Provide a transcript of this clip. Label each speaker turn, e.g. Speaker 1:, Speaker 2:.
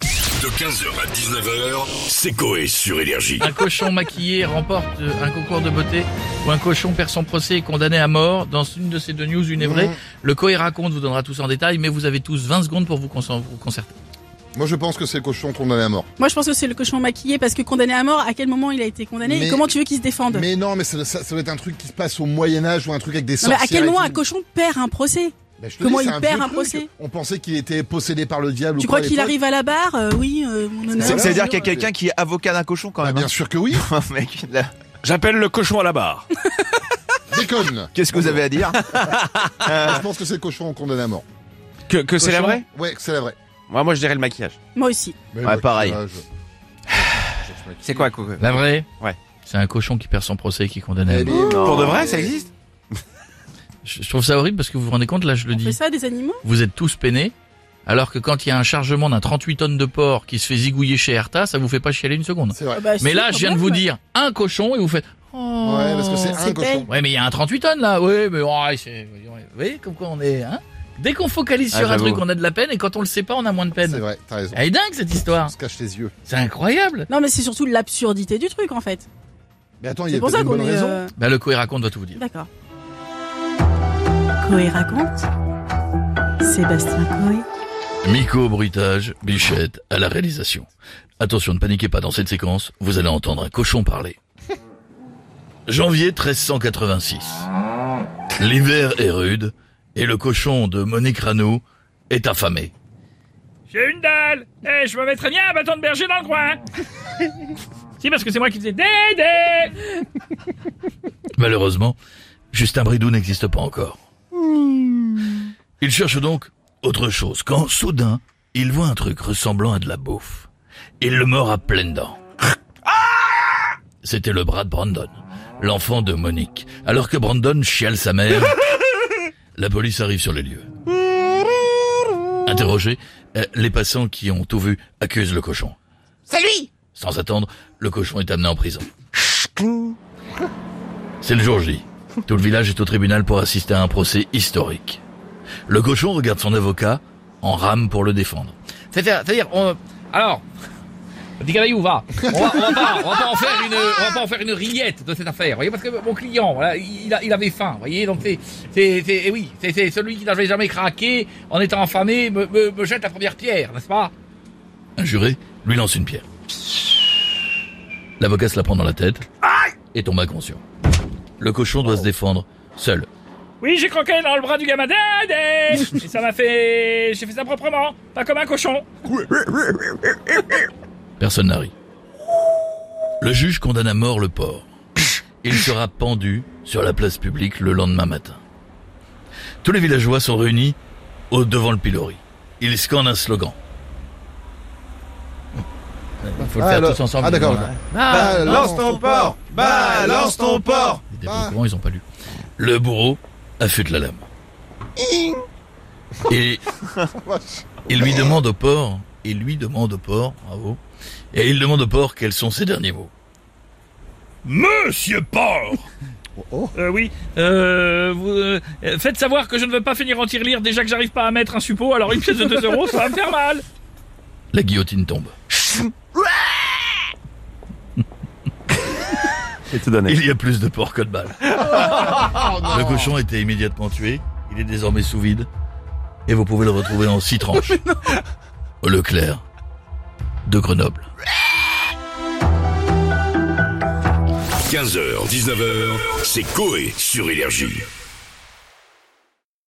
Speaker 1: De 15h à 19h, c'est Coé sur Énergie.
Speaker 2: Un cochon maquillé remporte un concours de beauté ou un cochon perd son procès et est condamné à mort. Dans une de ces deux news, une est vraie.
Speaker 3: Mhm.
Speaker 2: Le Coé raconte vous donnera tous en détail, mais vous avez tous 20 secondes pour vous concen- vous concerter.
Speaker 3: Moi, je pense que c'est le cochon condamné à mort.
Speaker 4: Moi, je pense que c'est le cochon maquillé parce que condamné à mort, à quel moment il a été condamné
Speaker 3: Mais-
Speaker 4: et comment tu veux qu'il se défende
Speaker 3: Mais non, mais ça, ça- ça doit être un truc qui se passe au Moyen-Âge ou un truc avec des
Speaker 4: Non, mais
Speaker 3: sorcières.
Speaker 4: à quel
Speaker 3: et
Speaker 4: moment
Speaker 3: tout.
Speaker 4: un cochon perd un procès
Speaker 3: Bah, je te
Speaker 4: comment
Speaker 3: dis,
Speaker 4: il
Speaker 3: c'est
Speaker 4: perd
Speaker 3: vieux
Speaker 4: un
Speaker 3: truc.
Speaker 4: procès
Speaker 3: On pensait qu'il était possédé par le diable ou
Speaker 4: Tu
Speaker 3: quoi
Speaker 4: crois
Speaker 3: à
Speaker 4: qu'il
Speaker 3: l'époque
Speaker 4: arrive à la barre Euh, Oui, euh, mon honneur.
Speaker 3: C'est-
Speaker 5: C'est- C'est-à-dire qu'il y a
Speaker 4: Euh,
Speaker 5: quelqu'un qui est avocat d'un cochon quand
Speaker 3: Bah,
Speaker 5: même.
Speaker 3: Bien
Speaker 5: hein.
Speaker 3: sûr que oui.
Speaker 5: Mec, là,
Speaker 1: J'appelle le cochon à la barre.
Speaker 3: Déconne.
Speaker 5: qu'est-ce que vous avez à dire
Speaker 3: Moi, je pense que c'est le cochon condamné à mort.
Speaker 6: Que, que c'est la
Speaker 5: Cochon
Speaker 6: vraie
Speaker 3: Ouais, que c'est la vraie.
Speaker 6: moi, moi, je dirais le maquillage.
Speaker 4: Moi aussi.
Speaker 3: Mais
Speaker 5: Ouais, pareil.
Speaker 3: euh, je-
Speaker 5: C'est quoi quoi, quoi
Speaker 2: La vraie
Speaker 6: Ouais.
Speaker 2: C'est un cochon qui perd son procès et qui est condamné
Speaker 3: Eh
Speaker 2: à mort.
Speaker 3: bien,
Speaker 5: Pour de vrai, ça existe
Speaker 2: Je je trouve ça horrible parce que vous vous rendez compte, là je le
Speaker 4: On fait
Speaker 2: dis,
Speaker 4: ça à des animaux
Speaker 2: vous êtes tous peinés. Alors que quand il y a un chargement d'un 38 tonnes de porc qui se fait zigouiller chez Erta, ça vous fait pas chialer une seconde.
Speaker 3: C'est vrai.
Speaker 4: Ah bah,
Speaker 2: Mais
Speaker 4: si,
Speaker 2: là,
Speaker 4: quand
Speaker 2: je viens de
Speaker 4: même,
Speaker 2: vous
Speaker 4: ouais.
Speaker 2: dire un cochon et vous faites. Oh.
Speaker 3: Ouais, parce que c'est un
Speaker 4: C'est
Speaker 3: cochon.
Speaker 2: Ouais, mais il y a un 38 tonnes là. Ouais, mais oh, ouais, c'est- vous voyez comme quoi on est. Hein Dès qu'on focalise
Speaker 5: Ah,
Speaker 2: sur un
Speaker 5: j'avoue.
Speaker 2: truc, on a de la peine et quand on le sait pas, on a moins de
Speaker 3: C'est
Speaker 2: peine.
Speaker 3: vrai, t'as raison.
Speaker 4: Eh,
Speaker 2: Elle est dingue cette
Speaker 3: On
Speaker 2: histoire.
Speaker 3: se cache les yeux.
Speaker 2: C'est incroyable.
Speaker 4: Non, mais c'est surtout l'absurdité du truc en fait.
Speaker 3: Mais attends, il y
Speaker 4: C'est
Speaker 3: a
Speaker 4: pour
Speaker 3: peut-être
Speaker 4: ça
Speaker 3: une
Speaker 4: qu'on
Speaker 3: bonne
Speaker 4: est.
Speaker 3: raison.
Speaker 4: euh,
Speaker 2: Bah le Coé raconte va tout vous dire.
Speaker 4: D'accord. Coé raconte. Sébastien Coé.
Speaker 2: Micro bruitage, Bichette à la réalisation. Attention, ne paniquez pas dans cette séquence, vous allez entendre un cochon parler. Janvier 1386. L'hiver est rude et le cochon de Monique Rano est affamé.
Speaker 7: J'ai une dalle Eh, je me mettrais bien un bâton de berger dans le coin Si, parce que c'est moi qui faisais Dédé
Speaker 2: Malheureusement, Justin Bridou n'existe pas encore. Il cherche donc autre chose quand soudain, il voit un truc ressemblant à de la bouffe. Il le mord à pleines dents. C'était le bras de Brandon, l'enfant de Monique. Alors que Brandon chiale sa mère, la police arrive sur les lieux. Interrogés, euh, les passants qui ont tout vu accusent le cochon. C'est lui Sans attendre, le cochon est amené en prison. C'est le jour J. Tout le village est au tribunal pour assister à un procès historique. Le cochon regarde son avocat en rame pour le défendre.
Speaker 7: C'est-à-dire, c'est-à-dire, on... Alors, petit canaillou, va on va, on va pas, on va pas en faire une, on va pas en faire une rillette de cette affaire, voyez, parce que mon client, voilà, il, a- il avait faim, voyez, donc c'est, c'est, c'est, eh oui, c'est, c'est celui qui n'avait jamais craqué en étant affamé me, me, me jette la première pierre, Eh, n'est-ce pas
Speaker 2: Un juré lui lance une pierre. L'avocat se la prend dans la tête et tombe inconscient. Le cochon doit se défendre seul.
Speaker 7: Oui, j'ai croqué dans le bras du gamin Dédé Et ça m'a fait... j'ai fait ça proprement, pas comme un cochon
Speaker 2: Personne n'a ri. Le juge condamne à mort le porc. Il sera pendu sur la place publique le lendemain matin. Tous les villageois sont réunis au devant le pilori. Ils scandent un slogan. Faut le
Speaker 3: Ah,
Speaker 2: faire
Speaker 3: alors-
Speaker 2: tous ensemble.
Speaker 3: ah, d'accord,
Speaker 2: Ouais.
Speaker 3: d'accord.
Speaker 7: Bah,
Speaker 2: Ah,
Speaker 3: Balance ton porc
Speaker 5: Balance ton porc
Speaker 2: Ils étaient pas
Speaker 3: Ah.
Speaker 2: au courant, ils ont pas lu. Le bourreau affûte la lame. Et il lui demande au porc, il lui demande au porc, bravo, et il demande au porc quels sont ses derniers mots. Monsieur porc
Speaker 7: Euh, oui. Euh, vous, euh, euh, faites savoir que je ne veux pas finir en tirelire déjà que j'arrive pas à mettre un suppôt, alors une pièce de 2 euros, ça va me faire mal.
Speaker 2: La guillotine tombe.
Speaker 5: Et te donner.
Speaker 2: Il y a plus de porc que de balles. le cochon était immédiatement tué, il est désormais sous vide, et vous pouvez le retrouver en six tranches. Au Leclerc de Grenoble.
Speaker 1: 15h, 19h, c'est Coé sur Énergie.